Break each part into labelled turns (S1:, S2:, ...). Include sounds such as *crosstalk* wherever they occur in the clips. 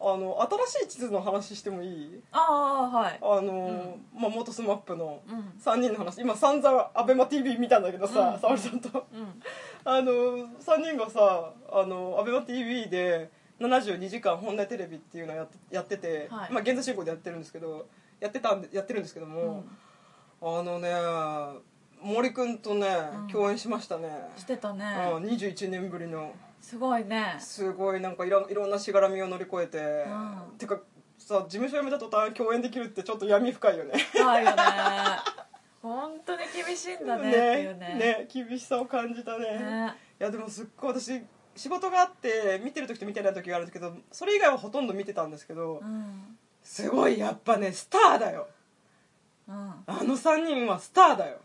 S1: あの新しい地図の話してもいい
S2: ああはい
S1: あの、まあ、元スマップの
S2: うん
S1: 3人の話今散々アベマ t v 見たんだけど
S2: う
S1: さ
S2: ん
S1: 沙織、さんと
S2: うん
S1: あの3人がさあのアベマ t v で72時間本音テレビっていうのをやってやってて、
S2: はい
S1: まあ、現在進行でやってるんですけどやってたんでやってるんですけども、あのね森くんとね、
S2: うん
S1: 共演しましたね
S2: してたね
S1: うん、21年ぶりの
S2: すごいね
S1: すごいなんかいろいろんなしがらみを乗り越えて、
S2: うん
S1: てかさ事務所辞めた途端共演できるってちょっと闇深いよね
S2: 深
S1: *laughs*
S2: いよね本当に厳しいんだねっていうね
S1: ね厳しさを感じたね
S2: ね
S1: いやでもすっごい私仕事があって見てる時と見てない時があるんですけどそれ以外はほとんど見てたんですけど、
S2: うん
S1: すごいやっぱねスターだよ
S2: うん
S1: あの3人はスターだよ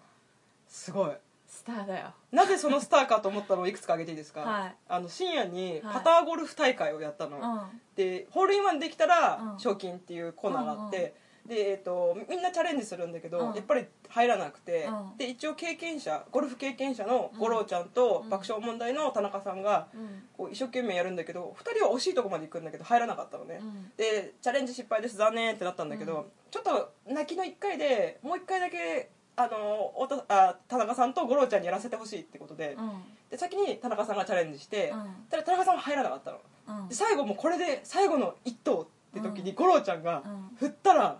S1: すごい
S2: スターだよ
S1: なぜそのスターかと思ったのをいくつか挙げていいですか、
S2: はい
S1: あの深夜に
S2: はい
S1: パターゴルフ大会をやったの、
S2: うん
S1: でホールインワンできたら
S2: うん
S1: 賞金っていうコーナーがあって、でえー、とみんなチャレンジするんだけど、
S2: うん
S1: やっぱり入らなくて、
S2: うん
S1: で一応経験者ゴルフ経験者の五郎ちゃんと
S2: うん
S1: 爆笑問題の田中さんが
S2: うん
S1: こう一生懸命やるんだけど2人は惜しいとこまで行くんだけど入らなかったのね、
S2: うん
S1: でチャレンジ失敗です残念ってなったんだけど、
S2: うん
S1: ちょっと泣きの1回でもう1回だけあのおたあ田中さんと五郎ちゃんにやらせてほしいってことで,、
S2: うん
S1: で先に田中さんがチャレンジして、
S2: うん
S1: ただ田中さんは入らなかったの。
S2: うん
S1: で最後もうこれで最後の一投って時に五郎ちゃんが
S2: うん
S1: 振ったら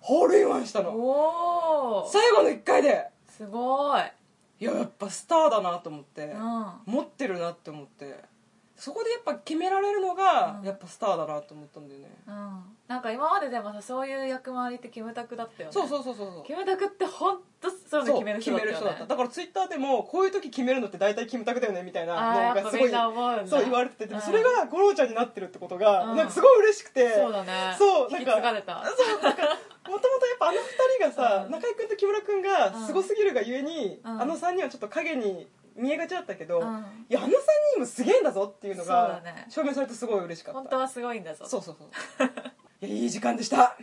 S1: ホールインワンしたの
S2: おお
S1: 最後の1回です
S2: ごい
S1: いややっぱスターだなと思って
S2: うん
S1: 持ってるなって思ってそこでやっぱ決められるのが
S2: うん
S1: やっぱスターだなと思ったんだよね
S2: うんなんか今まででもさそういう役回りってキムタクだったよね
S1: そうそうそうそうそう
S2: キムタクって本当そういうの
S1: そう
S2: 決める人だ
S1: だ
S2: ったよね
S1: っただからツイッターでもこういう時決めるのって大体キムタクだよねみたいな
S2: ああや
S1: の
S2: っ
S1: が
S2: ぱ
S1: すご
S2: み
S1: い
S2: んな思うんだ
S1: そう言われててでも
S2: うん
S1: それが五郎ちゃんになってるってことが
S2: うん
S1: なんかすごい嬉しくて
S2: そうだね
S1: そうなん
S2: 引
S1: か
S2: き継がれた
S1: もともとやっぱあの二人がさ、
S2: うん
S1: 中居君と木村君がすごすぎるがゆえに、
S2: うん
S1: あの三人はちょっと影に見えがちだったけど、
S2: うん
S1: いやあの三人もすげえんだぞっていうの
S2: そ
S1: が
S2: うだね
S1: 証明されてすごい嬉しかった
S2: 本当はすごいんだぞ
S1: そうそうそういやいい時間でした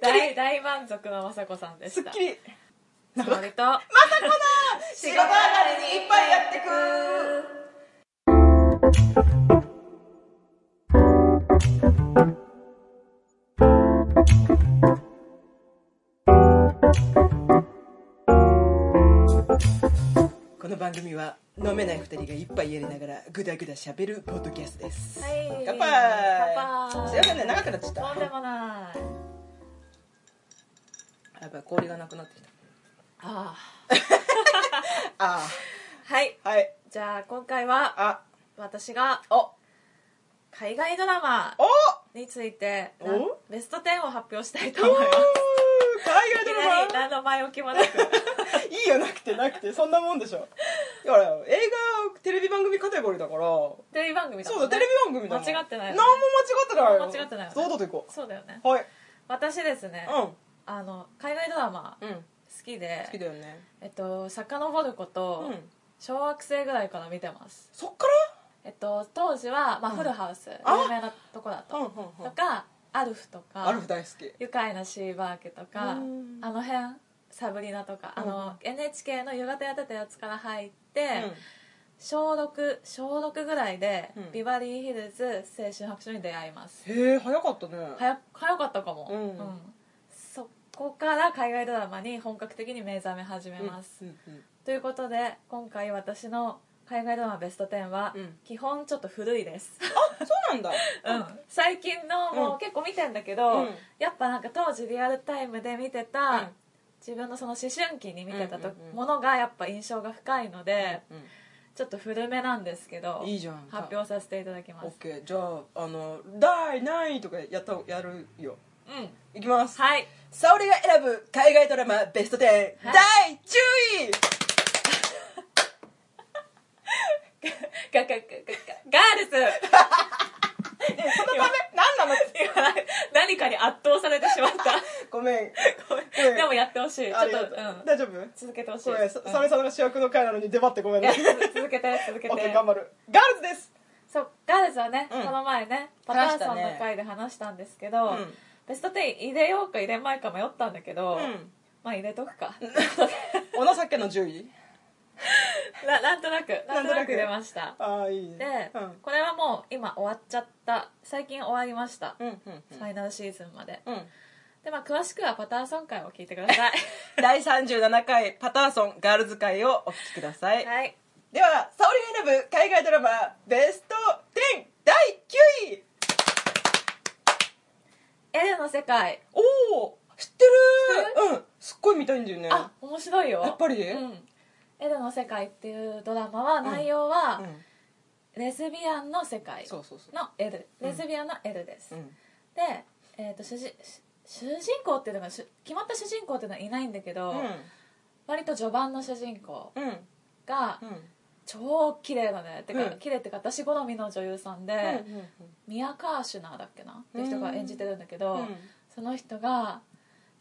S2: 大大満足の雅子さんでし
S1: すったきり
S2: つまりとまさこだ仕
S1: 事上がりにいっぱいやってくこの番組は飲めない二人が一杯やりながらぐだぐだしゃべるポッドキャストです
S2: はい
S1: 乾杯
S2: 乾杯
S1: すいませんね長くなっちゃった
S2: とんでもない
S1: やばい氷がなくなってきた
S2: あ
S1: あ
S2: あはい
S1: あはい
S2: じゃあ今回は
S1: あ
S2: 私が
S1: お
S2: 海外ドラマ
S1: お
S2: について
S1: お
S2: なベスト10を発表したいと
S1: 海
S2: 思います
S1: 外
S2: い
S1: ド
S2: き
S1: ラマ
S2: なり何の前置きもなく
S1: いいよなくてなくてそんなもんでしょいやほら映画テレビ番組カテゴリーだからそ
S2: テレビ番組だもん
S1: う
S2: ね
S1: だテレビ番組だもん
S2: 間違ってないよ
S1: 何も
S2: ね
S1: 間違ってないよ
S2: 間違ってないよ
S1: 堂
S2: ね
S1: 々と行こ
S2: そうだよね
S1: うはい
S2: 私ですね、
S1: う
S2: あの海外ドラマ
S1: んうん
S2: 好きで
S1: 好きだよね
S2: えっと遡るこ
S1: う
S2: と、
S1: ん
S2: 小学生ぐらいから見てます
S1: そっから
S2: えっと当時は、まあ
S1: うん
S2: フルハウス
S1: あ
S2: 有名なとこだった
S1: うんうんう
S2: と
S1: ん
S2: かアルフとか
S1: アルフ大好き
S2: 愉快なシーバー家とかあ
S1: うん
S2: の辺サブリナとかあの、NHK の夕方やってたやつから入って、小6小6ぐらいで、
S1: うん
S2: ビバリーヒルズ青春白書に出会います
S1: うんへえ早かったね
S2: 早早かったかも、
S1: うん
S2: そこから海外ドラマに本格的に目覚め始めます、
S1: うんうん
S2: ということで今回私の海外ドラマベスト10は、
S1: うん
S2: 基本ちょっと古いです、
S1: そうなんだ
S2: うん、最近のも
S1: うん
S2: う結構見てんだけ
S1: う
S2: ど、
S1: ん
S2: やっぱなんか当時リアルタイムで見てた、
S1: うん
S2: 自分のその思春期に見てたと、
S1: うんうんうん
S2: ものがやっぱ印象が深いので、
S1: うん
S2: ちょっと古めなんですけど
S1: いいじゃん
S2: 発表させていただきます
S1: オッケーじゃああの第何位とかやったやるよ
S2: うん
S1: いきます
S2: はい
S1: 沙織が選ぶ海外ドラマベスト10、第10位
S2: ガガガガガガー
S1: *laughs*
S2: ルズ
S1: そのため何 *laughs* なの
S2: 何かに圧倒されてしまった
S1: *laughs* ごめん
S2: ごめん
S1: ごめん
S2: でもやってほしいちょ
S1: あ
S2: っ
S1: り
S2: と、
S1: が
S2: う、
S1: とうん大丈夫
S2: 続けて
S1: *laughs*
S2: ほしい
S1: ごめんさ
S2: うん
S1: 沙織さんが主役の回なのに出張ってごめん *laughs*
S2: いや
S1: ね
S2: つ続けて続け
S1: *laughs*
S2: て
S1: オッケー頑張るガールズです
S2: そうガールズはね、
S1: うん
S2: この前ねパターソンの回で話したんですけど、
S1: うん
S2: ベスト10入れようか入れまいか迷
S1: *laughs*
S2: ったんだけど、まあ入れとくか
S1: 小野酒の10位
S2: らなんとなくなんとなく出ました
S1: ああいい
S2: で
S1: ね、うん
S2: これはもう今終わっちゃった最近終わりました、
S1: うんうん
S2: ファイナルシーズンまで
S1: うん、うん、
S2: で、まあ、詳しくはパターソン会を聞いてください
S1: 第37回パターソンガールズ会をお聞きください、
S2: *laughs* はい
S1: では沙織が選ぶ海外ドラマベスト10第9位
S2: エルの世界、
S1: おお知ってるうんすっごい見たいんだよね
S2: あ面白いよ
S1: やっぱり
S2: うん、エルの世界っていうドラマは内容は、
S1: うん
S2: レズビアンの世界
S1: そうそうそう
S2: のエルレズビアンのエルです、
S1: うん
S2: で、えー、と主人主人公っていうのが主決まった主人公っていうのはいないんだけど、割と序盤の主人公
S1: うんうん
S2: が超綺麗だねってか、
S1: うん
S2: 綺麗ってか私好みの女優さんで、
S1: うん
S2: ミア・カーシュナーだっけなって人が演じてるんだけど、
S1: うん
S2: その人が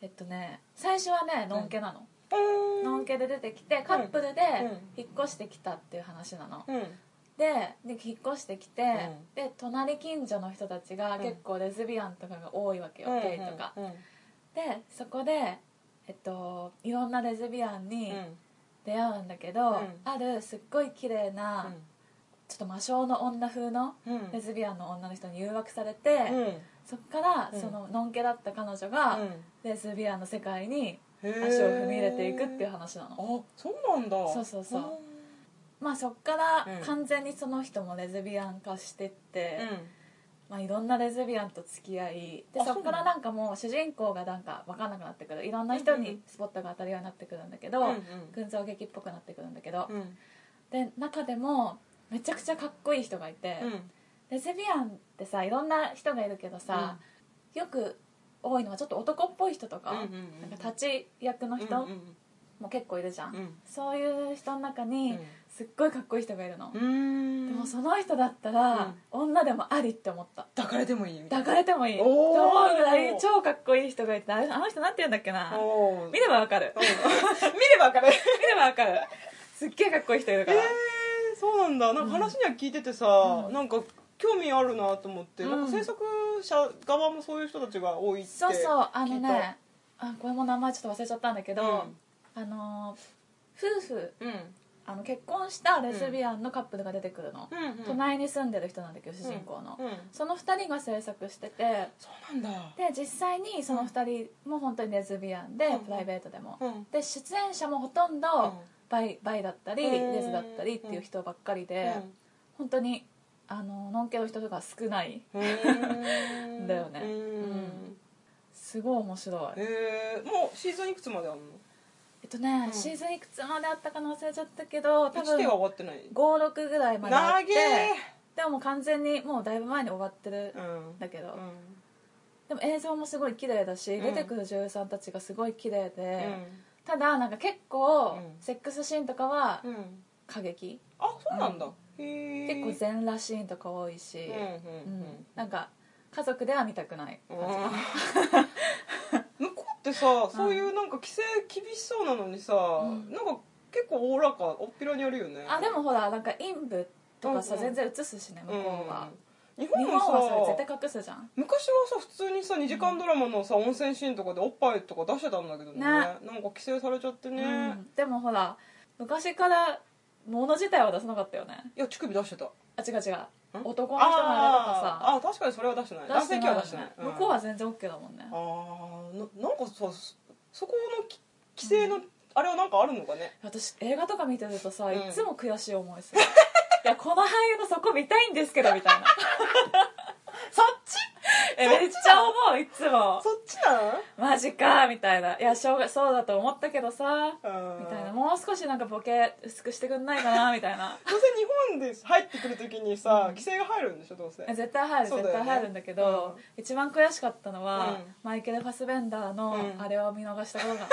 S2: えっとね最初はねのんけなの、
S1: うん
S2: のんけで出てきてカップルで
S1: うん
S2: 引っ越してきたっていう話なの、
S1: うん
S2: でで引っ越してきて、
S1: ん
S2: で隣近所の人たちが結構レズビアンとかが多いわけよ、ゲイとか、
S1: うん
S2: でそこでえっといろんなレズビアンに
S1: うん
S2: 出会うんだけど、
S1: うん
S2: あるすっごい綺麗な、ちょっと魔性の女風の
S1: うん
S2: レズビアンの女の人に誘惑されて、
S1: うん
S2: そこから
S1: うん
S2: そののんけだった彼女が
S1: うん
S2: レズビアンの世界に
S1: へー
S2: 足を踏み入れていくっていう話なの、
S1: あそうなんだ
S2: そうそうそうまあそっから
S1: うん
S2: 完全にその人もレズビアン化してって、
S1: う
S2: まあ、いろんなレズビアンと付き合いで
S1: あ
S2: そっから
S1: そうなの
S2: なんかもう主人公がなんか分かんなくなってくるいろんな人
S1: うんうんう
S2: に
S1: ん
S2: スポットが当たるようになってくるんだけど、
S1: うんうん
S2: 群像劇っぽくなってくるんだけど、
S1: んうん
S2: で中でもめちゃくちゃかっこいい人がいて、
S1: うん
S2: レズビアンってさいろんな人がいるけどさ、よく多いのはちょっと男っぽい人とか,、
S1: うんうんうん
S2: なんか立ち役の人
S1: うん
S2: も結構いるじゃん、
S1: うん
S2: そういう人の中に
S1: うん
S2: すっごいかっこいい人がいるの、
S1: うん
S2: でもその人だったら、女でもありって思った
S1: 抱かれてもいいみたいな
S2: 抱かれてもいい
S1: おー
S2: と思うぐらい超かっこいい人がいてああの人なんて言うんだっけな
S1: おー
S2: 見ればわかる
S1: 見ればわかる
S2: 見ればわかるすっげえかっこいい人いる
S1: え
S2: から、
S1: ー、そうなんだなんか話には聞いててさ、
S2: うん
S1: なんか興味あるなと思って、
S2: うん
S1: なんか制作者側もそういう人たちが多いって
S2: そうそうあの
S1: 聞いた
S2: ねあこれも名前ちょっと忘れちゃったんだけど、
S1: うん
S2: あのー夫婦
S1: うん
S2: あの結婚したレズビアンのカップルが出てくるの、
S1: うんうん
S2: 隣に住んでる人なんだけど主人公の、
S1: うんうん
S2: その2人が制作してて
S1: そうなんだ
S2: で実際にその2人も本当にレズビアンで、
S1: うん
S2: プライベートでも、
S1: うん
S2: で出演者もほとんど
S1: うん
S2: バイバイだったり
S1: うん
S2: レズだったりっていう人ばっかり
S1: う
S2: で、本当にあののんけの人が少ない
S1: ん
S2: だよね
S1: うん
S2: すごい面白い
S1: えー、もうシーズンいくつまであるの
S2: えっとね、
S1: うん
S2: シーズンいくつまであったかな忘れちゃったけど多
S1: 1では
S2: 分
S1: 終わってない
S2: 56ぐらいまであっ
S1: 長
S2: て
S1: え
S2: でももう完全にもうだいぶ前に終わってる
S1: うん
S2: だけど、
S1: ん
S2: でも映像もすごい綺麗だし、
S1: うん
S2: 出てくる女優さんたちがすごい綺麗で、
S1: うん
S2: ただなんか結構、
S1: うん
S2: セックスシーンとかは
S1: うん
S2: 過激、
S1: あそうなんだ、へえ
S2: 結構全裸シーンとか多いし、
S1: うんうんうん
S2: うんなんか家族では見たくない感じかな、 *laughs*
S1: 向こうってさそういうなんか規制厳しそうなのにさ、
S2: ん
S1: なんか結構おおらかおっぴらにやるよね
S2: あでもほらなんか陰部とかさ、
S1: うんうん
S2: 全然映すしね向こうは、
S1: うん、日本
S2: 日
S1: もさ
S2: 本はそれ絶対隠すじゃん
S1: 昔はさ普通にさ2時間ドラマのさ温泉シーンとかでおっぱいとか出してたんだけどね
S2: ね
S1: なんか規制されちゃってね、
S2: うんでもほら昔から物自体は出さなかったよね
S1: いや乳首出してた
S2: あ違う違う
S1: うん
S2: 男の人のあれと
S1: あ
S2: か
S1: ーあー確かにそれは出してない
S2: さ
S1: 男性器は出してない、
S2: 向こうは
S1: ん
S2: 全然 OK だもんね
S1: あーななんかさそそこのき規制の、あれはなんかあるのかね
S2: 私映画とか見てるとさ、
S1: うん
S2: いつも悔しい思いするいやこの俳優のそこ見たいんですけどみたい
S1: *laughs*
S2: なそっちえめっちゃ思ういつも
S1: そっちなん
S2: マジかみたいないやしょうがそうだと思ったけどさみ
S1: み
S2: たいなもう少しなんかボケ薄くしてくんないか
S1: *laughs*
S2: なみたいな
S1: どうせ日本で入ってくるときにさ、規制が入るんでしょどうせ
S2: え絶対入る、
S1: そうだ
S2: 絶
S1: よね
S2: 対入るんだけど、一番悔しかったのは、
S1: うん
S2: マイケル・ファスベンダーの
S1: うん
S2: あれを見逃したこと
S1: *laughs*
S2: が、
S1: しょ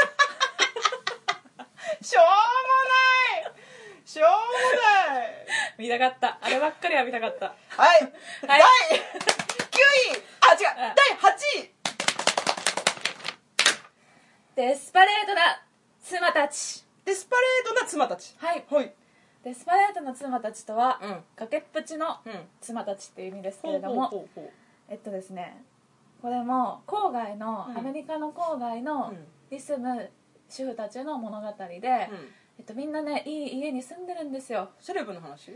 S1: うもないしょうもない
S2: 見たかったあればっかりは見たかった
S1: はい、
S2: はい
S1: 第9位あ違う、
S2: うん
S1: 第8位
S2: デスパレートな妻たち
S1: デスパレードな妻たち
S2: はい
S1: はい
S2: デスパレートの妻たちとは、
S1: うん
S2: 崖っぷちの
S1: うん
S2: 妻たちっていう意味ですけ
S1: ほ
S2: れ
S1: う
S2: ど
S1: ほう
S2: も
S1: ほうほ
S2: えっとですねこれも郊外の、
S1: うん
S2: アメリカの郊外
S1: う
S2: の
S1: ん
S2: に住む主婦たちの物語で、
S1: う
S2: えっと、みんなねいい家に住んでるんですよ
S1: セレブの話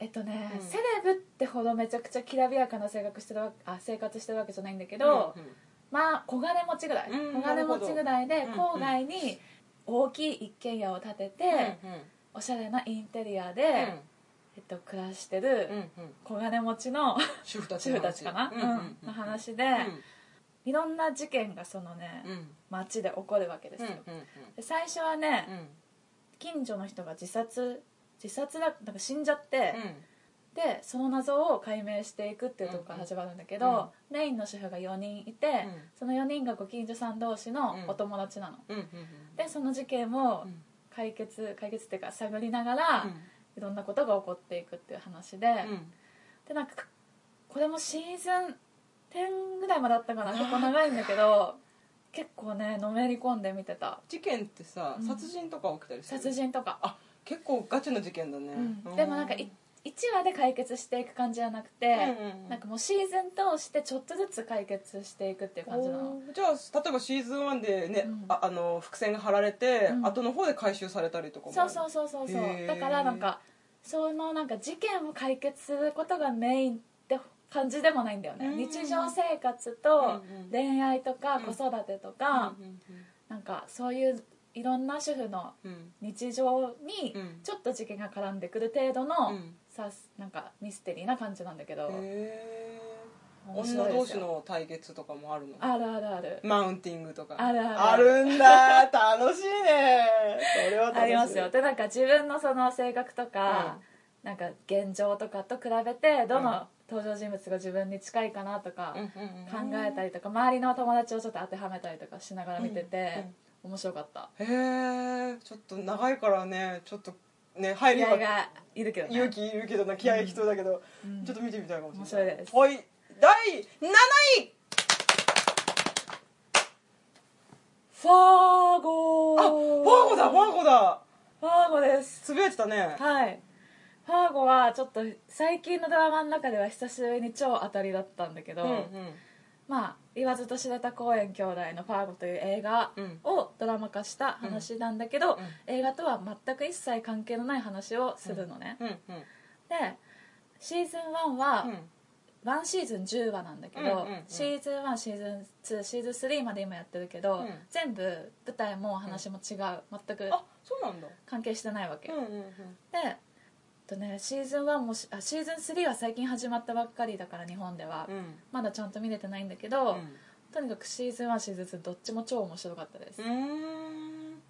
S2: えっとね、
S1: うん
S2: セレブってほどめちゃくちゃきらびやかな性格してるわあ生活してるわけじゃないんだけど、
S1: うんうん
S2: まあ小金持ちぐらい、
S1: うん
S2: 小金持ちぐらいで
S1: なるほど
S2: 郊外に大きい一軒家を建てて、
S1: うんうん
S2: おしゃれなインテリアで、
S1: うん
S2: えっと、暮らしてる
S1: うんうん
S2: 小金持ちの
S1: 主婦たち
S2: 主
S1: の話
S2: 婦たちかな、
S1: うん
S2: う
S1: うんんうん
S2: の話で、
S1: う
S2: いろんな事件がそのね、
S1: んうん
S2: 街で起こるわけですよ、
S1: うんうん
S2: で最初はね、
S1: うん
S2: 近所の人が自殺自殺だなんか死んじゃって、
S1: うん
S2: でその謎を解明していくっていうとこから始まるんだけど、
S1: うんうん
S2: メインの主婦が4人いて、
S1: ん
S2: その4人がご近所さん同士のお友達なの、
S1: うんうん
S2: でその事件を
S1: うん
S2: 解決解決っていうか探りながら、いろんなことが起こっていくっていう話で、
S1: うん
S2: でなんかこれもシーズン10ぐらいまであったかな結構長いんだけど結構ねのめり込んで見てた
S1: 事件ってさ
S2: うん
S1: 殺人とか起きたりする
S2: 殺人とか、
S1: あ結構ガチな事件だね
S2: うんでもなんか1話で解決していく感じじゃなくて、
S1: うんうん
S2: なんかもうシーズン通してちょっとずつ解決していくっていう感じなの
S1: おーじゃあ例えばシーズン1でね、
S2: うん
S1: ああの伏線が張られて、
S2: うん
S1: 後の方で回収されたりとかも
S2: そうそうそうそうそ
S1: へ
S2: う
S1: ー
S2: だからなんかそのなんか事件を解決することがメインって感じでもないんだよね、
S1: うん
S2: 日常生活と
S1: うんうん
S2: 恋愛とか
S1: うん
S2: 子育てと
S1: う
S2: か、
S1: ん
S2: なんかそういういろんな主婦の
S1: うんうん
S2: 日常に
S1: うん
S2: ちょっと事件が絡んでくる程度
S1: う
S2: の、
S1: ん
S2: さなんかミステリーな感じなんだけど、
S1: へー
S2: 面白
S1: 女
S2: いで
S1: 同
S2: す
S1: 士
S2: よ
S1: の対決とかもあるの
S2: あるあるある
S1: マウンティングとか
S2: あるある
S1: あるんだ楽しいねそれは楽しい
S2: ありますよでなんか自分のその性格とか、なんか現状とかと比べてど
S1: うん
S2: の登場人物が自分に近いかなとか
S1: うんうんうん
S2: 考えたりとか、周りの友達をちょっと当てはめたりとかしながら見てて、面白かった
S1: へえちょっと長いからねちょっとね入り
S2: 気合
S1: は
S2: がいるけどね
S1: 勇気いるけどな気合い必要だけど、
S2: うん
S1: ちょっと見てみたいかも
S2: 面
S1: しれ
S2: 白い
S1: ない
S2: です
S1: はい第7位
S2: ファーゴー
S1: あファーゴだファーゴだ
S2: ファーゴです
S1: つぶやいてたね
S2: はいファーゴはちょっと最近のドラマの中では久しぶりに超当たりだったんだけど、まあ言わずと知れた公園兄弟の「ファーゴ」という映画
S1: うん
S2: をドラマ化した話なんだけど、
S1: うん
S2: 映画とは全く一切関係のない話をするのね、
S1: うんうん
S2: でシーズン1は、
S1: うん
S2: 1シーズン10話なんだけ
S1: うんう
S2: ど、
S1: んうん
S2: シーズン1シーズン2シーズン3まで今やってるけど、
S1: うん
S2: 全部舞台も話も違う全く
S1: あそうなんだ
S2: 関係してないわけ、
S1: うん
S2: で、
S1: うんうん
S2: えっとね、シーズン1もしあシーズン3は最近始まったばっかりだから日本では、
S1: うん
S2: まだちゃんと見れてないんだけど、
S1: うん
S2: とにかくシーズン1シーズン2どっちも超面白かったです
S1: うーん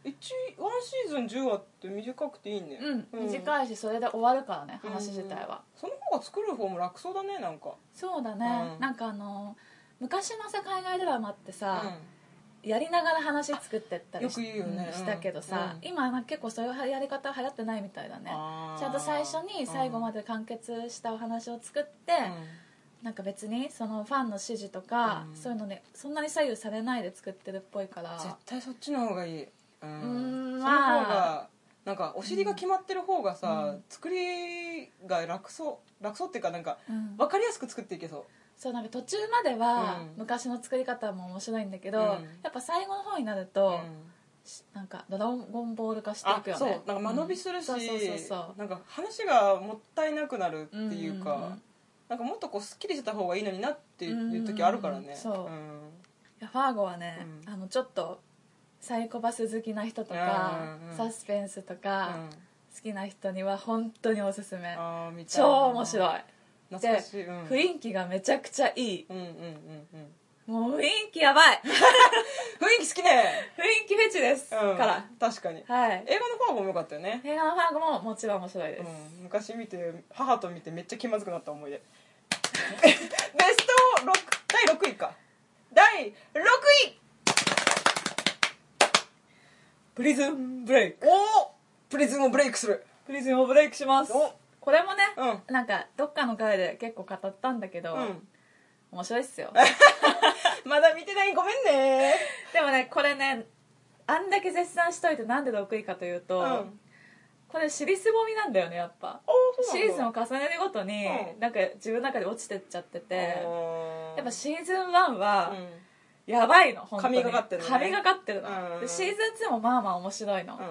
S1: 1ワンシーズン10話って短くていいね
S2: うん、短いしそれで終わるからね話自体は、
S1: その方が作る方も楽そうだねなんか
S2: そうだね、
S1: うん
S2: なんかあの昔のさ海外ドラマってさ、
S1: う
S2: やりながら話作ってったりし
S1: よく言うよね
S2: うんしたけどさ、
S1: うん
S2: 今なんか結構そういうやり方流行ってないみたいだね
S1: あー
S2: ちゃんと最初に最後まで完結したお話を作って、なんか別にそのファンの支持とか、
S1: うん
S2: そういうのねそんなに左右されないで作ってるっぽいか
S1: 絶
S2: ら
S1: 対そっちの方がいいうん
S2: ーん
S1: その方
S2: ま
S1: がなんかお尻が決まってる方がさ、
S2: うん
S1: 作りが楽そう楽そうっていうかなんか
S2: うん
S1: 分かりやすく作っていけそう
S2: そうなんか途中までは
S1: うん
S2: 昔の作り方も面白いんだけど、
S1: うん
S2: やっぱ最後の方になると、
S1: うん
S2: しなんかドラゴンボール化してい
S1: あ
S2: くよね
S1: そうなんか間延びするし、
S2: うんそうそうそうそう
S1: なんか話がもったいなくなるっていうか、
S2: うんうんうんい
S1: なんかもっとこうすっきりしてた方がいいのになっていう時あるからね、
S2: うんうんうんそう
S1: うん
S2: やファーゴはね、
S1: うん
S2: あのちょっとサイコパス好きな人とか、
S1: うんうんうん
S2: サスペンスとか、
S1: うん
S2: 好きな人には本当におすすめ
S1: あーみたいな
S2: 超面白い、
S1: 懐かしい、うん、
S2: 雰囲気がめちゃくちゃいい
S1: うんうんうんうん
S2: もう雰囲気やばい雰
S1: 雰囲気好きね、
S2: 囲気フェチです、
S1: うん、
S2: から
S1: 確かに
S2: はい
S1: 映画の方も良かったよね、
S2: 映画のファーゴももちろん面白いです、
S1: うん、昔見て母と見てめっちゃ気まずくなった思い出 *laughs* ベスト6第6位か第6位
S2: プリズンブレイク
S1: おおプリズムをブレイクする
S2: プリズンをブレイクします
S1: お
S2: これもね、
S1: う
S2: なんかどっかの回で結構語ったんだけど、
S1: うん
S2: 面白いっすよ
S1: まだ見てないごめんね
S2: でもねこれねあんだけ絶賛しといてなんで6位かというと、
S1: うん
S2: これ尻すぼみなんだよねやっぱ
S1: おーそうなん
S2: シ
S1: だ
S2: リーズンを重ねるごとに、
S1: うん
S2: なんか自分の中で落ちてっちゃってて
S1: あー
S2: やっぱシーズン1
S1: う
S2: は
S1: ん
S2: やばいの、本当に
S1: 神がかってるのね
S2: 神がかってるの
S1: うん
S2: でシーズン2もまあまあ面白いの、
S1: うん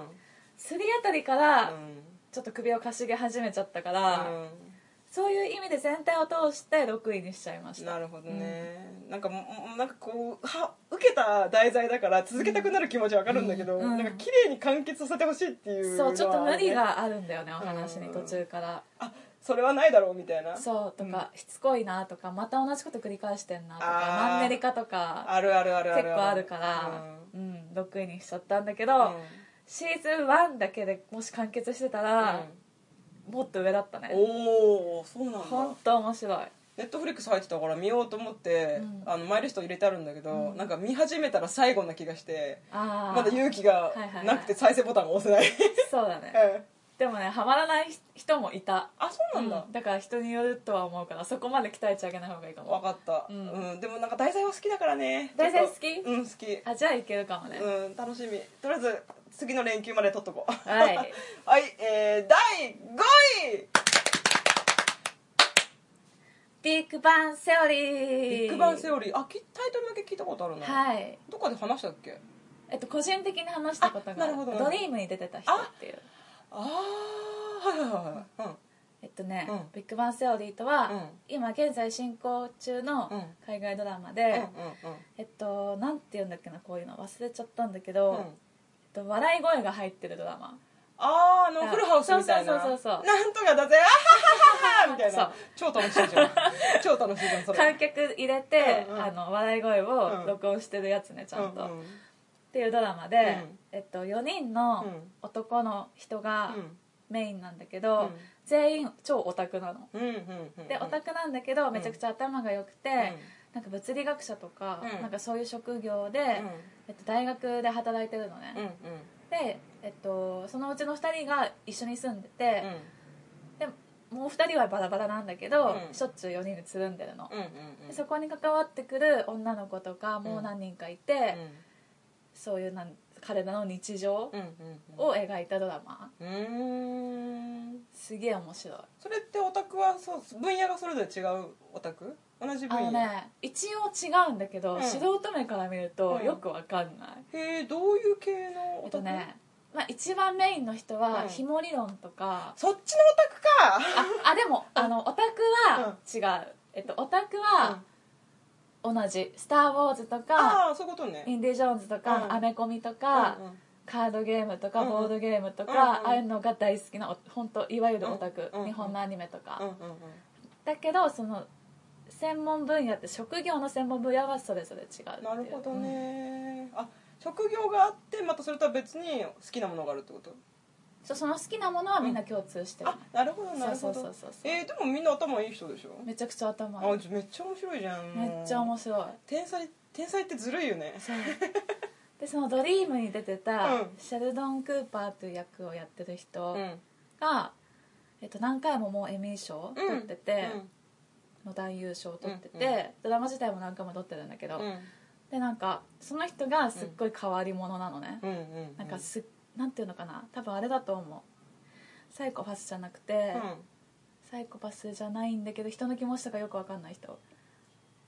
S2: 3あたりからちょっと首をかしげ始めちゃったから、そういう意味で全体を通して6位にしちゃいました
S1: なるほどね、なんかももなんかこうは受けた題材だから続けたくなる気持ちわかるんだけど、
S2: う
S1: な
S2: ん
S1: んか綺麗に完結させてほしいっていうの
S2: そ
S1: は
S2: う
S1: ね
S2: ちょっと無理があるんだよねお話に
S1: うん
S2: 途中から、
S1: あそれはないだろうみたいな
S2: そうとか、しつこいなとかまた同じこと繰り返してんなと
S1: あ
S2: か
S1: ー
S2: マンネリ化とか
S1: あるあるあるあ
S2: 結
S1: る
S2: 構あるから、うん6位にしちゃったんだけど、
S1: うん
S2: シーズン1だけでもし完結してたら、もっと上だった
S1: うん
S2: ね
S1: おおそうなんだ
S2: 本当面白い
S1: ネットフリックス入ってたから見ようと思って、
S2: うん
S1: あのマイリスト入れてあるんだけど、
S2: うん
S1: なんか見始めたら最後な気がして
S2: あ
S1: まだ
S2: う
S1: 勇気が
S2: いはいはい
S1: なくて再生ボタンを押せない
S2: そうだね
S1: うん
S2: でもねハマらない人もいた
S1: *laughs* あそうなんだ
S2: う、んだから人によるとは思うからそこまで鍛えちゃいけない方がいいか
S1: 分
S2: も
S1: かった、う
S2: うんん
S1: でもなんか題材は好きだからね
S2: 題材好き
S1: ちょっとうん好き
S2: あじゃあいけるかもね、
S1: うん楽しみとりあえず次の連休まで取っとこう
S2: はい
S1: *laughs* はいえー、第5位
S2: ビッグバンセオリー
S1: ビッグバンセオリーあきタイトルだけ聞いたことあるな、
S2: はい
S1: どっかで話したっけ
S2: えっと個人的に話したことが
S1: あなるほどなるほ
S2: ド
S1: ど
S2: リームに出てた人っていう
S1: ああはいはいはいはい
S2: えっとね、
S1: うん
S2: ビッグバンセオリーとは、
S1: うん
S2: 今現在進行中の
S1: うん
S2: 海外ドラマ
S1: うん
S2: で、
S1: うん
S2: えっとなんて言うんだっけなこういうの忘れちゃったんだけ
S1: う
S2: ど、
S1: んうん
S2: えっと、笑い声が入ってるドラマ
S1: あーあのフルハウスみたいな
S2: そうそうそうそう
S1: なんとかだぜあははははみたい
S2: そ
S1: な
S2: う
S1: 超楽しいじ
S2: *laughs*
S1: ゃん超楽しいじゃんそれ
S2: 観客入れて、
S1: うんうん
S2: あの笑い声
S1: うん
S2: を録音してるやつねちゃんと、
S1: うん
S2: っ
S1: うん
S2: ていうドラマで、
S1: うん
S2: えっと、4人の
S1: うん
S2: 男の人が
S1: うん
S2: メインなんだけど、
S1: うん
S2: 全員超オタクなの
S1: うんうんうん
S2: でオタクなんだけどめちゃくちゃ頭が良くて、なんか物理学者とか、
S1: うん
S2: なんかそういう職業で、
S1: うん
S2: えっと、大学で働いてるのね、
S1: うんうん
S2: で、えっと、そのうちの2人が一緒に住んでて、でもう2人はバラバラなんだけど、
S1: うん
S2: しょっちゅう4人でつるんでるの、
S1: うんうん
S2: でそこに関わってくる女の子とかもう何人かいて、そういうなん彼らの日常
S1: うんうんうんうん
S2: を描いたドラマ
S1: うーん
S2: すげえ面白い
S1: それってオタクはそう分野がそれぞれ違うオタク同じ分
S2: あ
S1: 野
S2: のね一応違うんだけど、
S1: うん
S2: 素人目から見ると
S1: うん
S2: よくわかんない、
S1: へえどういう系の
S2: え
S1: オ
S2: っ
S1: タ
S2: と
S1: ク、
S2: ね、まあ、一番メインの人は
S1: うん
S2: 紐理論
S1: *laughs*
S2: とか、
S1: そっちのオタクか
S2: ああでもあのオタクは違う、えっと、オタク
S1: う
S2: は
S1: ん
S2: 同じ「スター・ウォーズ」とか
S1: ああそういうこと
S2: 「
S1: ね
S2: インディ・ジョーンズ」と
S1: う
S2: か
S1: ん
S2: 「アメコミ」とか、
S1: うんうん
S2: カードゲームと
S1: う
S2: か
S1: んうん
S2: ボードゲームとか、
S1: うんうん
S2: ああいうのが大好きな本当いわゆるオタク、
S1: うんうん
S2: 日本のアニメとか、
S1: うんうんうん
S2: だけどその専門分野って職業の専門分野はそれぞれ違うっていう
S1: なるほどね、あ職業があってまたそれとは別に好きなものがあるってこと
S2: うんそうその好きなものはみんな共通してる、
S1: あなるほどなるほ
S2: そうそうそ
S1: ど
S2: うそうそう
S1: えー、でもみんな頭いい人でしょ
S2: めちゃくちゃ頭
S1: あ
S2: いい
S1: じゃあめっちゃ面白いじゃん
S2: めっちゃ面
S1: 白い
S2: 白い
S1: 天才天才ってずるいよね *laughs*
S2: そうでその「ドリームに出てた
S1: うん
S2: シェルドン・クーパーという役をやってる人
S1: うん
S2: が、えっと、何回ももうエミー賞を取ってて、の男優賞を取ってて、
S1: うん
S2: ドラマ自体も何回も取ってるんだけど、
S1: うんうん
S2: でなんかその人がすっごい変わり者なのね、
S1: うんうん
S2: なんかすなんていうのかな多分あれだと思うサイコパスじゃなくて、
S1: う
S2: サイコパスじゃないんだけど人の気持ちとかよく分かんない人
S1: ん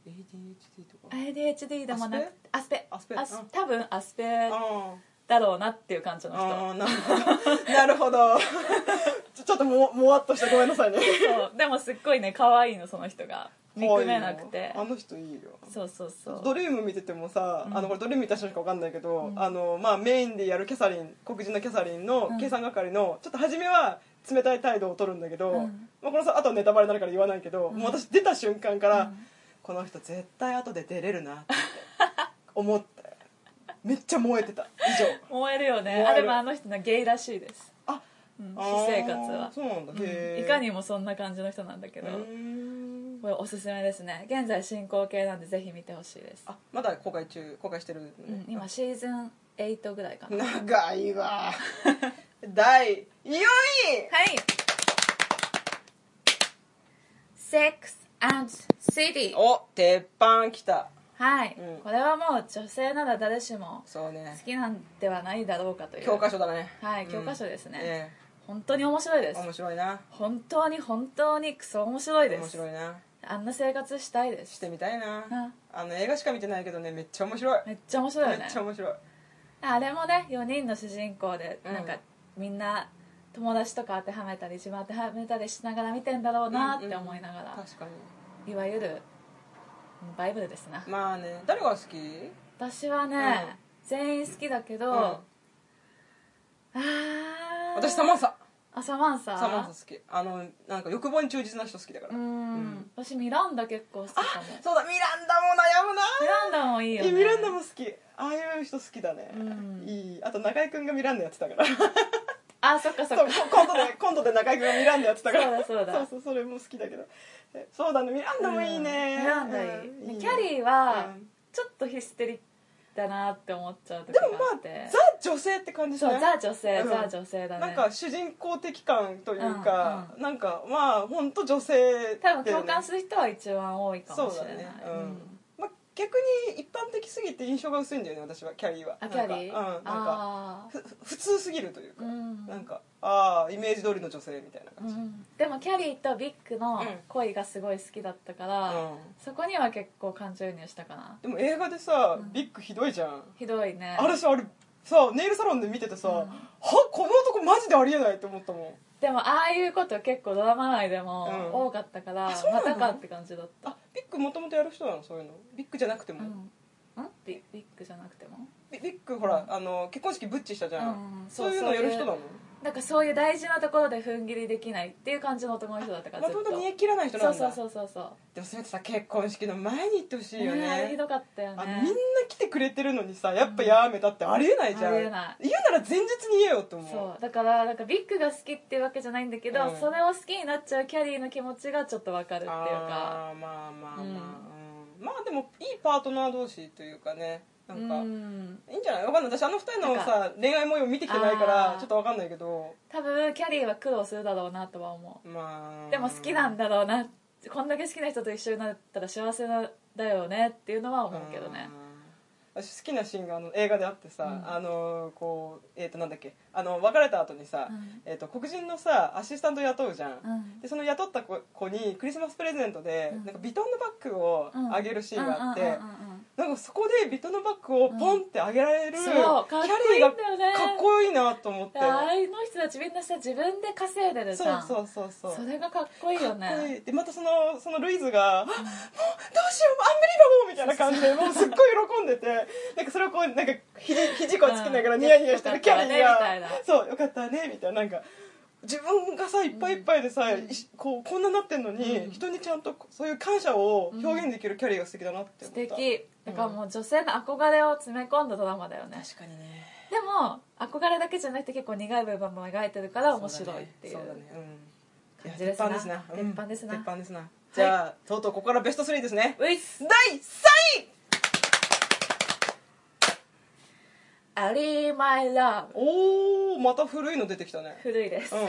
S1: ADHD とか
S2: ADHD でもなくてアスペ
S1: アスペうん
S2: 多分アスペ
S1: あ
S2: だろうなっていう感じの人
S1: あーなるほどなるほど *laughs* ちょちょっとももわっとしてごめんなさいね
S2: そうでもすっごいね可愛いのその人が憎めなく
S1: 可愛い
S2: て
S1: よあの人いいよ
S2: そうそうそう
S1: ドリーム見ててもさ、
S2: うん
S1: あのこれドリーム見た人しかわかんないけど、
S2: うん
S1: あのまあ、メインでやるキャサリン黒人のキャサリンの
S2: うん
S1: 計算係の、ちょっと初めは冷たい態度を取るんだけど、
S2: うん
S1: まあ、このさあとはネタバレになるから言わないけど、
S2: うん
S1: もう私出た瞬間から、
S2: うん
S1: この人絶対後で出れるなって *laughs* 思って思ってめっちゃ燃えてた以上
S2: *laughs* 燃えるよ
S1: 燃え
S2: ね
S1: る
S2: あでもあの人のゲイらしいです、
S1: あ
S2: うん、
S1: あ
S2: 私
S1: ー
S2: 生活は
S1: そうなんだ、
S2: うん
S1: へえ
S2: いかにもそんな感じの人なんだけ
S1: う
S2: ど
S1: ーん
S2: これおすすめですね現在進行形なんでぜひ見てほしいです、
S1: あまだ公開中公開してる、ね
S2: うん、今シーズン8ぐらいかなはい
S1: 長いわ
S2: *laughs*
S1: 第4位
S2: 「Sex and City
S1: お鉄板きた」
S2: はい、
S1: うん
S2: これはもう女性なら誰しも
S1: そう
S2: 好
S1: ね
S2: きなんではないだろうかという
S1: 教科書だね
S2: はい
S1: うん
S2: 教科書ですね、
S1: え
S2: 本当に面白いで
S1: え
S2: す
S1: 面白いな
S2: 本当に本当にクソ面白いです
S1: 面白いな
S2: あんな生活したいで
S1: し
S2: す
S1: てみたいな
S2: な
S1: あの映画しか見てないけどねめっちゃ面白い
S2: めっちゃ面白い
S1: め
S2: よ
S1: っ
S2: ね
S1: ちゃ面白い
S2: あれもね4人の主人公で
S1: うん
S2: なんかみんな友達とか当てはめたり自分当てはめたりしながら見てんだろうなって思いながら、
S1: 確かに
S2: いわゆるうんバイブルですな
S1: まあね誰が好き
S2: 私はね、
S1: うん
S2: 全員好きだけど、
S1: うん
S2: ああ
S1: 私サマンサ
S2: あサマンサ
S1: サマンサ好きあのなんか欲望に忠実な人好きだから、
S2: うーん、
S1: うん
S2: 私ミランダ結構好きかも
S1: そうだミランダも悩むな
S2: ミランダもいいよ、ね、
S1: えミランダも好きああいう人好きだね、
S2: うん
S1: いいあと中居君がミランダやってたからそう
S2: あそっかそっか
S1: こコント
S2: *laughs*
S1: でコントで中居君がミランダやってたから
S2: そうだそうだ
S1: そうそうそれも好きだけどえそうだねミランダもいいね、
S2: うんミランダいい、
S1: うん
S2: キャリー
S1: う
S2: は
S1: ん
S2: ちょっとヒステリックだなって思っちゃう時
S1: で
S2: が
S1: もま
S2: あ
S1: あ
S2: って、
S1: ザ女性って感じし
S2: そ
S1: な
S2: う
S1: い
S2: ザ女性、
S1: うん
S2: ザ女性だね
S1: なんか主人公的感というか、
S2: うん
S1: なんかまあ本当女性
S2: 多分共感
S1: す
S2: する人は一番多いかもしれない、
S1: そうだねうんまあ、逆に一般的すぎて印象が薄いんだよね私はキャリーは
S2: あキャリ
S1: な
S2: ー
S1: んか,、うん、なんか
S2: あ
S1: ふ普通すぎるというか、
S2: ーうん
S1: なんかああイメージ通りの女性みたいな
S2: う
S1: 感じ、
S2: んでもキャリーとビッグの
S1: うん
S2: 恋がすごい好きだったから、
S1: うん
S2: そこには結構感情移入したかな
S1: でも映画でさ、
S2: うん
S1: ビッグひどいじゃん
S2: ひどいね
S1: あれさあれさネイルサロンで見ててさ、
S2: うん
S1: はこの男マジでありえないって思ったもん
S2: でもああいうこと結構ドラマ内でも
S1: うん
S2: 多かったから、
S1: あそうな
S2: ま
S1: の
S2: たかって感じだった
S1: あビッグもともとやる人なのそういうのビッグじゃなくても、
S2: うんんビビッグじゃなくても
S1: ビビッグほら、あの結婚式ブッチしたじゃん、
S2: うん
S1: そういうのやる人なの
S2: なんかそういう大事なところで踏ん切りできないっていう感じの男の人だったか
S1: も
S2: らず
S1: と
S2: っ
S1: も
S2: と
S1: と煮え切らない人なん
S2: そ
S1: だ
S2: うそうそうそうそ
S1: でもそれってさ結婚式の前に行ってほし
S2: う
S1: いよね
S2: あれひどかったよ
S1: あ
S2: ね
S1: みんな来てくれてるのにさやっぱやめたってありえないじゃん、
S2: ありえない
S1: 言うなら前日に言えよって思う
S2: そうだからなんかビッグが好きっていうわけじゃないんだけど、
S1: うん
S2: それを好きになっちゃうキャリーの気持ちがちょっとわかるっていうか
S1: あーまあまあまあ、うんまあでもいいパートナー同士というかねなんか、
S2: う
S1: い
S2: ん
S1: いんじゃないわかんない私あの二人のさ恋愛模様見てきてないか
S2: あ
S1: ら
S2: ー
S1: ちょっとわかんないけど
S2: 多分キャリーは苦労するだろうなとは思
S1: まあ
S2: うでも好きなんだろうなこんだけ好きな人と一緒になったら幸せなんだよねっていうのは思うけどね
S1: うん私好きなシーンがあの映画であってさ、
S2: うん
S1: あのこうえっ、となんだっけあの別れた後にさ、
S2: うん
S1: えっと黒人のさアシスタント雇うじゃん、
S2: うん
S1: でその雇った子子にクリスマスプレゼントで、
S2: うん
S1: なんかビトンのバッグをあげるシーンがあって、
S2: うんうんうん
S1: なんかそこでビトンのバッグをポンってあげられる、
S2: うん
S1: キ
S2: そ
S1: ャ
S2: うかっこい
S1: リ
S2: い
S1: ー
S2: んだ
S1: が
S2: よ
S1: か
S2: ね
S1: っこいいなと思って
S2: うんああいうの人たちみんなさ自分で稼いでるじ
S1: そ
S2: ゃ
S1: うんそうそうそう
S2: それがかっこいいよね
S1: かっこいいでまたそのそのルイズが「あもうどうしようアンビリバボー!」みたいな感じでもうすっごい喜んでてなんかそれをこうなんか肘肘こうつきながらニヤニヤしてるキャリー
S2: よかっ
S1: が
S2: たわねみたいな
S1: 「そうよかったね」みたいななんか自分がさいっぱいいっぱいでさ、いしこうこんななってんのに、
S2: うん
S1: 人にちゃんとそういう感謝を表現できるキャリーが素敵だなって思
S2: 素
S1: った、
S2: 敵だからもう女性の憧れを詰め込んだドラマだよね
S1: 確かにね
S2: でも憧れだけじゃなくて結構苦い部分も描いてるから面白いっていう
S1: そうだねうん
S2: 感じですない
S1: や鉄板ですなうん
S2: 鉄板ですな
S1: 鉄板ですなじゃあ、とうとうここからベスト3ですね
S2: ういっす
S1: 第3位
S2: アリー・マイ・ラブ
S1: おおまた古いの出てきたね
S2: 古いです、
S1: うん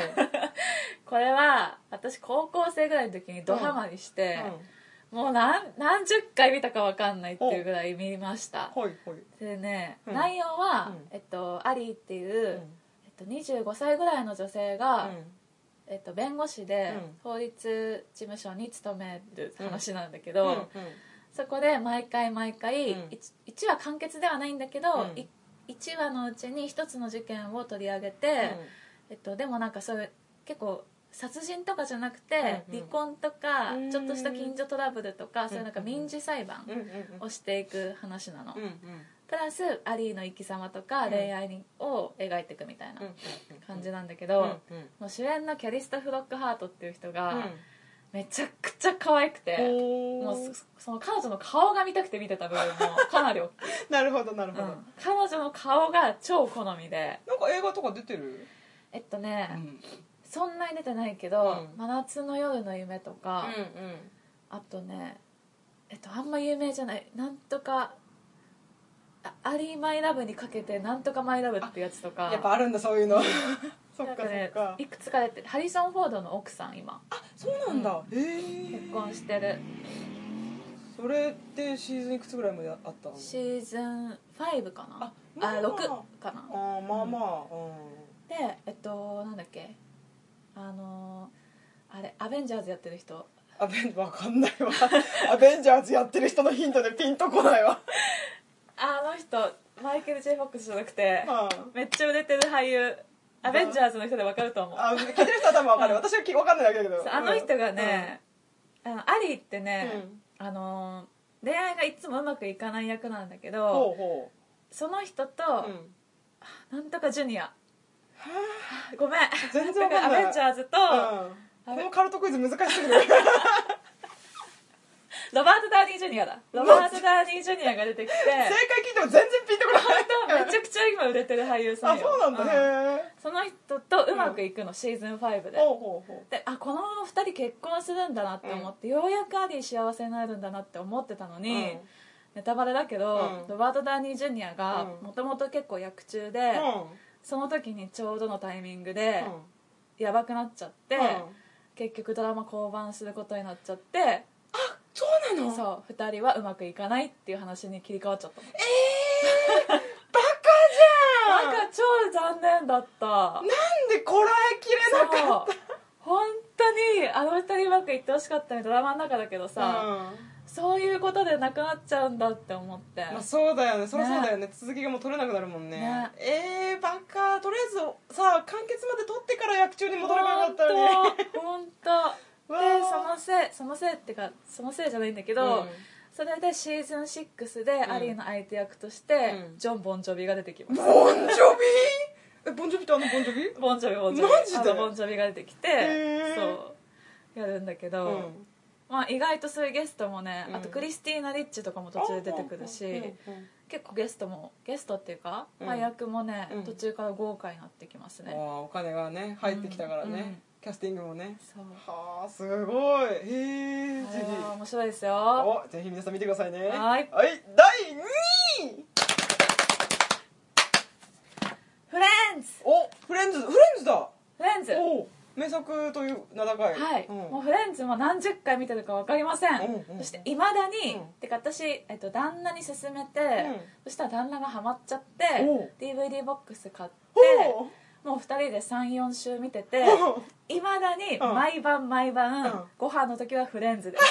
S2: これは私高校生ぐらいの時にドハマりして、もう何何十回見たか分かんないっていうぐらい見ました
S1: ほいほい
S2: でね、
S1: うん
S2: 内容
S1: う
S2: は、
S1: ん
S2: えっと、アリーっていう、
S1: うん
S2: えっと、25歳ぐらいの女性が、えっと、弁護士で
S1: うん
S2: 法律事務所に勤める話なんだけ
S1: う
S2: ど、
S1: ん
S2: そこで毎回毎回、
S1: うん
S2: 1, 話完結ではないんだけど、
S1: うん
S2: い1話のうちに1つの事件を取り上げて、えっと、でもなんかそういう結構殺人とかじゃなくて、
S1: うんうん
S2: 離婚とか、
S1: うん
S2: ちょっとした近所トラブルとか、そういうなんか
S1: うんうんうん
S2: 民事裁判
S1: うんうん
S2: をしていく話なの、
S1: うんうんうん
S2: プラスアリーの生き様と
S1: う
S2: か
S1: ん
S2: 恋愛にを描いていくみたいな
S1: うん
S2: 感じなんだけ
S1: う
S2: ど、
S1: んうん
S2: もう主演のキャリスタ・フロックハートっていう人
S1: うん
S2: がめちゃくちゃ可愛くて、
S1: お
S2: も
S1: ー
S2: うそその彼女の顔が見たくて見てた部分もかなり大きい、
S1: なるほどなる
S2: うん
S1: ほど
S2: 彼女の顔が超好みで
S1: なんか映画とか出てる
S2: えっとね、
S1: うん
S2: そんなに出てないけど「
S1: うん
S2: 真夏の夜の夢」とか、あとねえっとあんま有名じゃないなんとかあアリー・マイ・ラブにかけて「なんとかマイ・ラブ」ってやつとか
S1: やっぱあるんだそういうのそっ
S2: なん
S1: かそ
S2: か
S1: っ
S2: ね
S1: か
S2: いくつか出てハリソン・フォードの奥さん今
S1: そうなんだへえ
S2: 結婚してる
S1: それってシーズンいくつぐらいまであったの
S2: シーズン5かな
S1: ま
S2: あ
S1: あ
S2: 六6かな
S1: あーまあまあ
S2: でえっとなんだっけあのーあれアベンジャーズやってる人
S1: アベンわかんないわアベンジャーズやってる人のヒントでピンとこないわ
S2: あの人マイケル・ジェイ・フォックスじゃなくて
S1: はあ
S2: めっちゃ売れてる俳優アベンジャーズの人で分かると思う
S1: あ聞いてる人は多分分かる私は分かんないだけだけ
S2: そう
S1: ど
S2: あの人がね、あのアリーってね、あのー恋愛がいつもうまくいかない役なんだけ
S1: うん
S2: ど
S1: ほうほ
S2: その人と、
S1: ううん
S2: なんとかジュニアごめん
S1: 全然わかんない
S2: アベンジャーズと、
S1: うんこのカルトクイズ難しすぎる
S2: ロバート・ダーニー・ジュニアだロバート・ダーニー・ジュニアが出てきて
S1: *laughs* 正解聞いても全然ピンとこない
S2: 本当めちゃくちゃ今売れてる俳優さ
S1: あ
S2: んよ
S1: そうなんだ
S2: うん
S1: へえ
S2: その人とうまくいくの、シーズン5で
S1: ほうほうほう
S2: であこのまま2人結婚するんだなって思って、ようやくアリー幸せになるんだなって思ってたのに、
S1: うん
S2: ネタバレだけど、
S1: うん
S2: ロバート・ダーニー・ジュニアが
S1: うん
S2: もともと結構役中で、
S1: うん
S2: その時にちょうどのタイミングでやばくなっちゃって、
S1: うん
S2: 結局ドラマ降板することになっちゃって、
S1: そうなのバ
S2: そう2人はうまくいかないっていう話に切り替わっちゃった
S1: カじゃん
S2: なんか超残念だった
S1: なんでこらえきれなかっ
S2: そう本当にあの二人うまくいってほしかったねドラマの中だけど
S1: た
S2: さ、
S1: うん
S2: そういうことでなくなっちゃうんだって思って、
S1: まあそうだよねそりゃそうだよね続きがもう取れなくなるもんね
S2: ね
S1: えー、バカとりあえずさ完結まで取ってから役中に戻ればよかったのに
S2: 本当本当
S1: *laughs* わ
S2: で
S1: ー
S2: そのせいそのせいってかそのせいじゃないんだけ
S1: う
S2: ど、
S1: ん
S2: それでシーズン6でアリーの相手役として、
S1: うん
S2: ジョン・ボンジョビが出てきます、
S1: ボンジョビえボンジョビってあのボンジョビ
S2: ボンジョビボンジョビ
S1: マジで
S2: あのボンジョビが出てきて、
S1: へー
S2: そうやるんだけど、
S1: うん
S2: まあ、意外とそういうゲストもね、
S1: うん
S2: あとクリスティーナ・リッチとかも途中で出てくるし、
S1: うんうん
S2: 結構ゲストもゲストっていうか、
S1: うん
S2: 配役もね、
S1: うん
S2: 途中から豪華になってきます
S1: あ
S2: ね、
S1: ーお金がね入ってきたからね、
S2: うん
S1: キャスティングもね
S2: そう
S1: はあすごいへえ
S2: あ
S1: ぜ
S2: れ
S1: ひ
S2: は面白いですよ
S1: おぜひ皆さん見てくださいね
S2: はい
S1: 第2位
S2: フレンズ
S1: おフレンズフレンズだ
S2: フレンズ
S1: お名作という名高い
S2: はい、
S1: うん
S2: もうフレンズも何十回見てるか分かりません、
S1: うんうん
S2: そしていまだに、
S1: うん
S2: てか私、えっと、旦那に勧めて、
S1: ん
S2: そしたら旦那がハマっちゃっ
S1: おう
S2: て DVD ボックス買って
S1: おう
S2: もう2人で34週見てて
S1: おう
S2: いまだに
S1: うん
S2: 毎晩毎晩、
S1: うん
S2: ご飯の時はフレンズです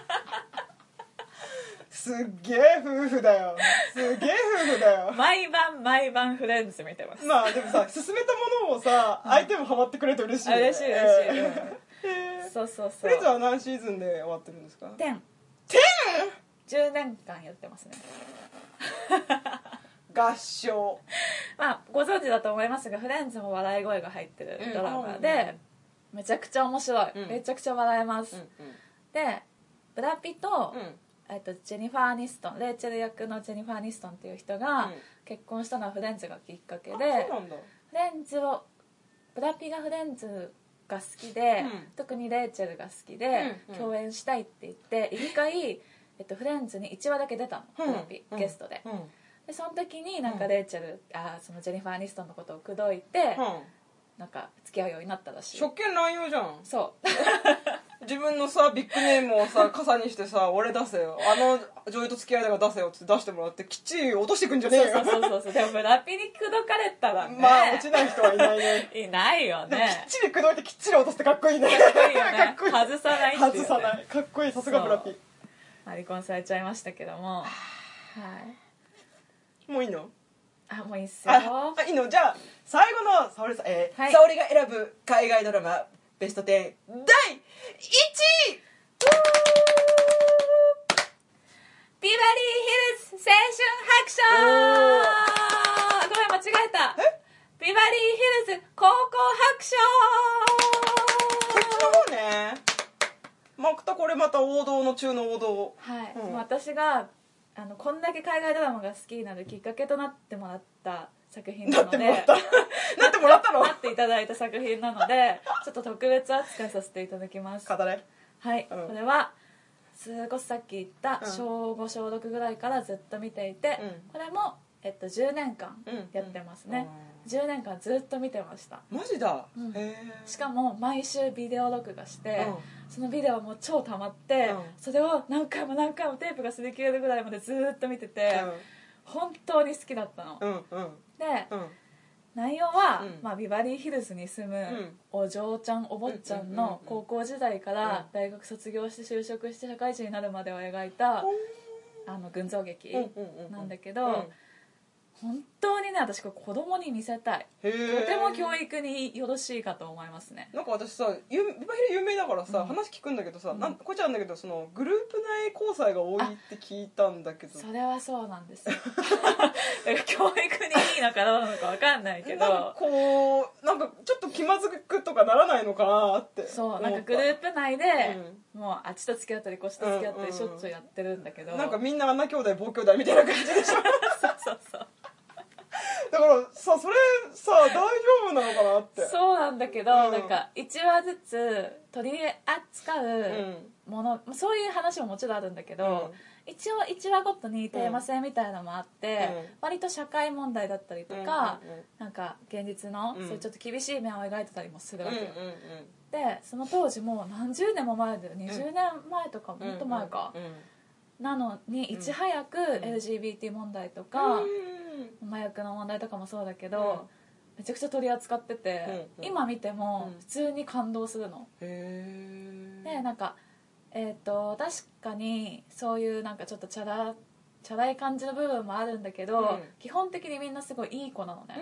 S1: *laughs* すっげえ夫婦だよすっげえ夫婦だよ
S2: 毎晩毎晩フレンズ見てます
S1: まあでもさ勧めたものをさ相手もハマってくれて嬉しいよ
S2: あ
S1: ね
S2: 嬉しい嬉しい、
S1: え
S2: うん
S1: ー
S2: そうそう
S1: フ
S2: そう
S1: レンズは何シーズンで終わってるんですか
S2: 点10年間やってますね
S1: 合唱
S2: まあご存知だと思いますがフレンズも笑い声が入ってるドラマで、めちゃくちゃ面白い、
S1: うん
S2: めちゃくちゃ笑えます、でブラピと,、えっとジェニファー・アニストンレイチェル役のジェニファー・アニストンっていう人が、
S1: うん
S2: 結婚したのはフレンズがきっかけで
S1: そうなんだ
S2: フレンズをブラピがフレンズが好きで、
S1: うん
S2: 特にレイチェルが好きで、
S1: うんうん
S2: 共演したいって言って一回、えっと、フレンズに1話だけ出たの、ブラピゲストで、
S1: うんうん
S2: でその時になんか
S1: うん
S2: レイチェル、あーそのジェニファー・アニストンのことを口説いて、なんか付き合うようになったらしい
S1: 職権乱用じゃん
S2: そう
S1: 自分のさビッグネームを *laughs* さ傘にしてさ俺出せよあの女優と付き合いだから出せよって出してもらってきっちり落としてくんじゃねえよ
S2: そうそうそうそうでもブラピに口説かれたらね、
S1: *laughs* まあ落ちない人はいないね
S2: いないよ
S1: でもきっ
S2: ね
S1: ちり口説いてきっちり落とすって *laughs* かっこ
S2: *laughs*
S1: いいね
S2: かっこいいよね
S1: かっこいい
S2: 外さないっていうね
S1: 外さないかっこいいさすがブラピ
S2: そまあ離婚されちゃいましたけどもはい
S1: もういいの
S2: あもういいっすよ
S1: ああいいのじゃあ最後の沙織さん、えー
S2: はい
S1: 沙織が選ぶ海外ドラマベスト10第1位
S2: ビバリーヒルズ青春白書ごめん間違えたビバリーヒルズ高校白書
S1: こっちの方ねまたこれまた王道の中の王道
S2: はい、
S1: うん
S2: 私があのこんだけ海外ドラマが好きになるきっかけとなってもらった作品な
S1: な
S2: の
S1: っ
S2: で
S1: てもら
S2: *laughs*
S1: ったなってもらったの
S2: なっていただいた作品な
S1: *laughs*
S2: のでちょっと特別扱いさせていただきます
S1: 語れ
S2: はい、
S1: うん
S2: これはそれこそさっき言った
S1: うん
S2: 小5小6ぐらいからずっと見ていて、
S1: うん
S2: これも、えっと、10年間
S1: うん
S2: やってますね、
S1: うん
S2: 10年間ずっと見てました
S1: マジだ、
S2: うん
S1: へえ
S2: しかも毎週ビデオ録画して、そのビデオも超たまって、
S1: うん
S2: それを何回も何回もテープが擦り切れるぐらいまでずっと見てて、本当に好きだったの、
S1: うんうんうん
S2: で
S1: うん
S2: 内容は、
S1: うん
S2: まあ、ビバリーヒルズに住む
S1: ん
S2: お嬢ちゃんお坊ちゃん
S1: うんうんうん
S2: の
S1: うん
S2: 高校時代から
S1: うん
S2: 大学卒業して就職して社会人になるまでを描いたあの群像劇
S1: うんうんうん
S2: なんだけ
S1: うん
S2: ど本当にね私これ子供に見せたい
S1: へ
S2: と
S1: え
S2: ても教育によろしいかと思いますね
S1: なんか私さゆビバヒル有名だからさ、
S2: うん
S1: 話聞くんだけどさ、
S2: うん
S1: なんこっちゃなんだけどそのグループ内交際が多いって聞いたんだけど
S2: それはそうなんですよだから教育にいいのかどうなのか分かんないけ
S1: なんか
S2: ど
S1: こうなんかちょっと気まずくとかならないのかなって
S2: そうなんかグループ内で、もうあっちと付き合ったりこっちと付き合ったりしょっちゅうやってるんだけど、
S1: なんかみんな穴兄弟棒兄弟みたいな感じでしょ
S2: そうそうそう
S1: だからさそれさ大丈夫なのかなって
S2: そうなんだけど、
S1: うん
S2: なんか1話ずつ取り扱
S1: う
S2: うんもの、まあそういう話ももちろんあるんだけど、一応1話ごとにテーマ性みたいなのもあって、
S1: うん
S2: 割と社会問題だったりとか、
S1: うんうんうん
S2: なんか現実の、
S1: うん
S2: そういうちょっと厳しい面を描いてたりもするわけよ、
S1: うんうん
S2: でその当時もう何十年も前だよ20年前とか
S1: うん
S2: もっと前か、
S1: うん
S2: なのにいち早く LGBT 問題とか、
S1: うん
S2: 麻薬の問題とかもそうだけど、めちゃくちゃ取り扱ってて、
S1: うんうん
S2: 今見ても
S1: うん
S2: 普通に感動するの、
S1: へえ
S2: でなんかえっ、と確かにそういうなんかちょっとチャラチャラい感じの部分もあるんだけど、
S1: うん
S2: 基本的にみんなすごいいい子なの
S1: うん
S2: ね、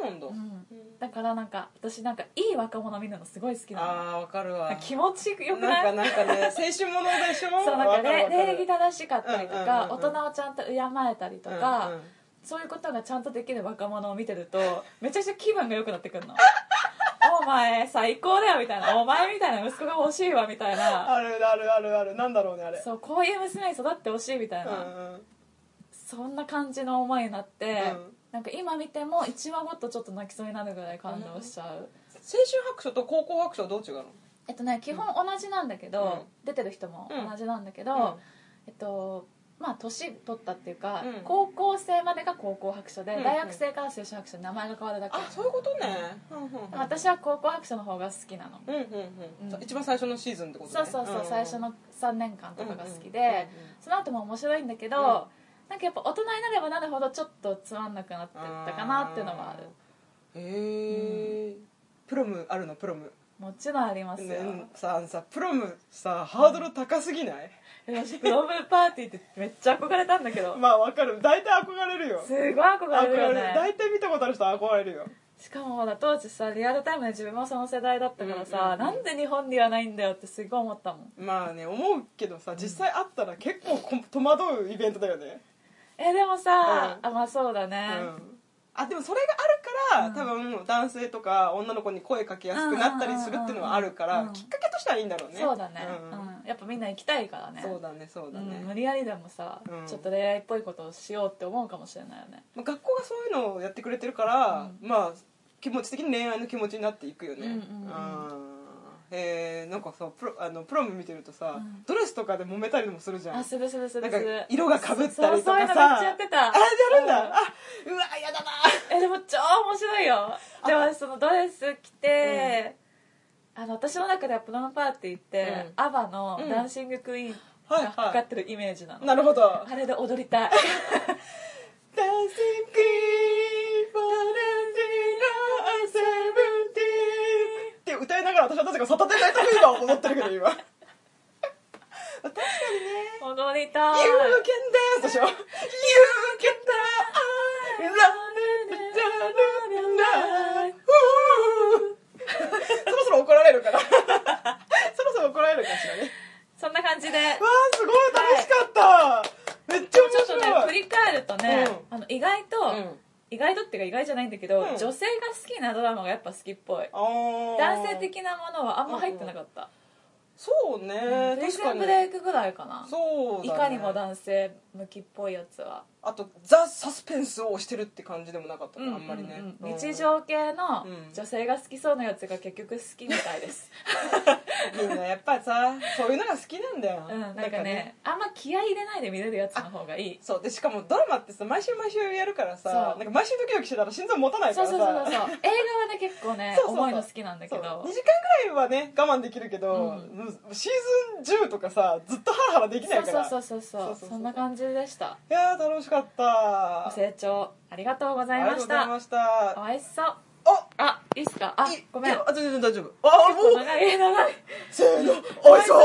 S1: そうなんだ、
S2: うん
S1: うん
S2: だからなんか私なんかいい若者見るのすごい好きな
S1: あーわかる
S2: の
S1: わ
S2: なんか気持ちよくな
S1: ないんかなんかね青春ものでしょ
S2: そうなんか
S1: わ
S2: ね
S1: るわる
S2: 礼儀正しかったりとか、
S1: うんうんうんうん
S2: 大人をちゃんと敬えたりとか、
S1: うんうん
S2: そういうことがちゃんとできる若者を見てるとめちゃくちゃ気分が良くなってくるの *laughs* お前最高だよみたいなお前みたいな息子が欲しいわみたいな
S1: あるあるあるあるなんだろうねあれ
S2: そうこういう娘に育ってほしいみたいな、
S1: うんうん
S2: そんな感じの思いになって、
S1: うん
S2: なんか今見ても1話ごとちょっと泣きそうになるぐらい感動しちゃう、
S1: 青春白書と高校白書はどう違うの
S2: えっとね基本同じなんだけど、出てる人も同じなんだけど、えっとまあ年取ったっていうか、
S1: うん
S2: 高校生までが高校白書で、
S1: うんうん
S2: 大学生から青春白書に名前が変わるだけ
S1: あそういうことね
S2: 私は高校白書の方が好きなの、
S1: うんうんうん
S2: うん
S1: 一番最初のシーズンってこと
S2: そう
S1: ね
S2: そうそう、
S1: ん
S2: 最初の3年間とかが好きで、
S1: うんうんうんうん
S2: その後も面白いんだけど、
S1: うん
S2: なんかやっぱ大人になればなるほどちょっとつまんなくなってったかなっていうのはある
S1: あーへえプロムあるのプロム
S2: もちろんありますよ、
S1: ねさあのさプロムさハードル高すぎない
S2: 私プロムパーティーってめっちゃ憧れたんだけど
S1: まあわかる大体憧れるよ
S2: すごい憧れるよね
S1: 大体見たことある人は憧れるよ
S2: しかもほら当時さリアルタイムで自分もその世代だったからさ、
S1: うんうんう
S2: なんで日本にはないんだよってすごい思ったもん
S1: まあね思うけどさ実際会ったら結構こ戸惑うイベントだよね
S2: えでもさ、
S1: うん
S2: あまあそうだね、
S1: あでもそれがあるから、
S2: う
S1: 多分男性とか女の子に声かけやすくなったりするっていうのはあるから、
S2: うんうんうん
S1: きっかけとしてはいいんだろうね
S2: そうだね、
S1: う
S2: うんんやっぱみんな行きたいからね
S1: そうだねそうだね、
S2: うん無理やりでもさ、
S1: うん
S2: ちょっと恋愛っぽいことをしようって思うかもしれないよね
S1: まあ学校がそういうのをやってくれてるから、まあ気持ち的に恋愛の気持ちになっていくよね、
S2: うんうんうん
S1: あーへえなんかさプロあのプロム見てるとさ、
S2: うん
S1: ドレスとかで揉めたりもするじゃん
S2: あするするす
S1: な
S2: る
S1: んか
S2: する
S1: 色がかぶったりと
S2: そうそういう
S1: か
S2: のめっ
S1: さ
S2: ちゃやってた
S1: あやるんだ、
S2: う
S1: あうわやだな
S2: えでも超面白いよ *laughs* でもそのドレス着て、あの私の中ではプロムパーティーって、
S1: うん
S2: アバの
S1: うん
S2: ダンシングクイーン
S1: はいは
S2: が
S1: い
S2: かかってるイメージなの、
S1: なるほど
S2: あれで踊りたい
S1: ダンシングバレンティーナセブンティーンって歌いながら私はなぜかサタデーナイトフィーバーを踊ってるけど今確かにね
S2: 踊りたい
S1: You can dance でしょ You can dance Run it down the night そろそろ怒られるから *laughs* そろそろ怒られるかしらね
S2: そんな感じで
S1: わあすごい楽しかった、めっちゃ面
S2: ちょっとね
S1: 白
S2: 振
S1: い
S2: り返るとね、
S1: う
S2: あの意外と、
S1: うん
S2: 意外とっていうか意外じゃないんだけど、
S1: うん
S2: 女性が好きなドラマがやっぱ好きっぽい
S1: あー
S2: 男性的なものはあんま入ってなかった、
S1: そうね、
S2: うんプリ
S1: 確
S2: ズ
S1: か
S2: ン
S1: に
S2: ブレイクぐらいかな、
S1: そう
S2: い
S1: だ、ね、
S2: かにも男性向きっぽいやつは、
S1: あとザ・サスペンスを押してるって感じでもなかった
S2: う
S1: か
S2: んうん
S1: らあん
S2: う
S1: まりね、
S2: ん
S1: うん
S2: 日常系の
S1: うん
S2: 女性が好きそうなやつが結局好きみたいです、
S1: みんなやっぱさそういうのが好きなん
S2: *laughs*
S1: だよ、
S2: うん、なんかねあんま気合い入れないで見れるやつの方がいい
S1: そうでしかもドラマってさ毎週毎週やるからさ
S2: そう
S1: なんか毎週ドキドキしてたら心臓持たないか
S2: そう
S1: らさ
S2: そうそうそう映画はね結構ね
S1: そうそうそう
S2: 重いの好きなんだけど
S1: 2時間ぐらいはね我慢できるけど、
S2: う
S1: もうシーズン10とかさずっとハラハラできないか
S2: そう
S1: ら
S2: そうそうそう
S1: そそうそう
S2: そううそんな感じでした
S1: いやー楽しかった
S2: ご清聴ありがとうござい
S1: ありが
S2: ま
S1: とうご
S2: し
S1: ざいまし
S2: た
S1: た
S2: お会いしそう
S1: あ
S2: あいいっすかあ
S1: い
S2: ごめん
S1: いやあ全然大丈夫あもう
S2: 長い長い
S1: せーのおいしそう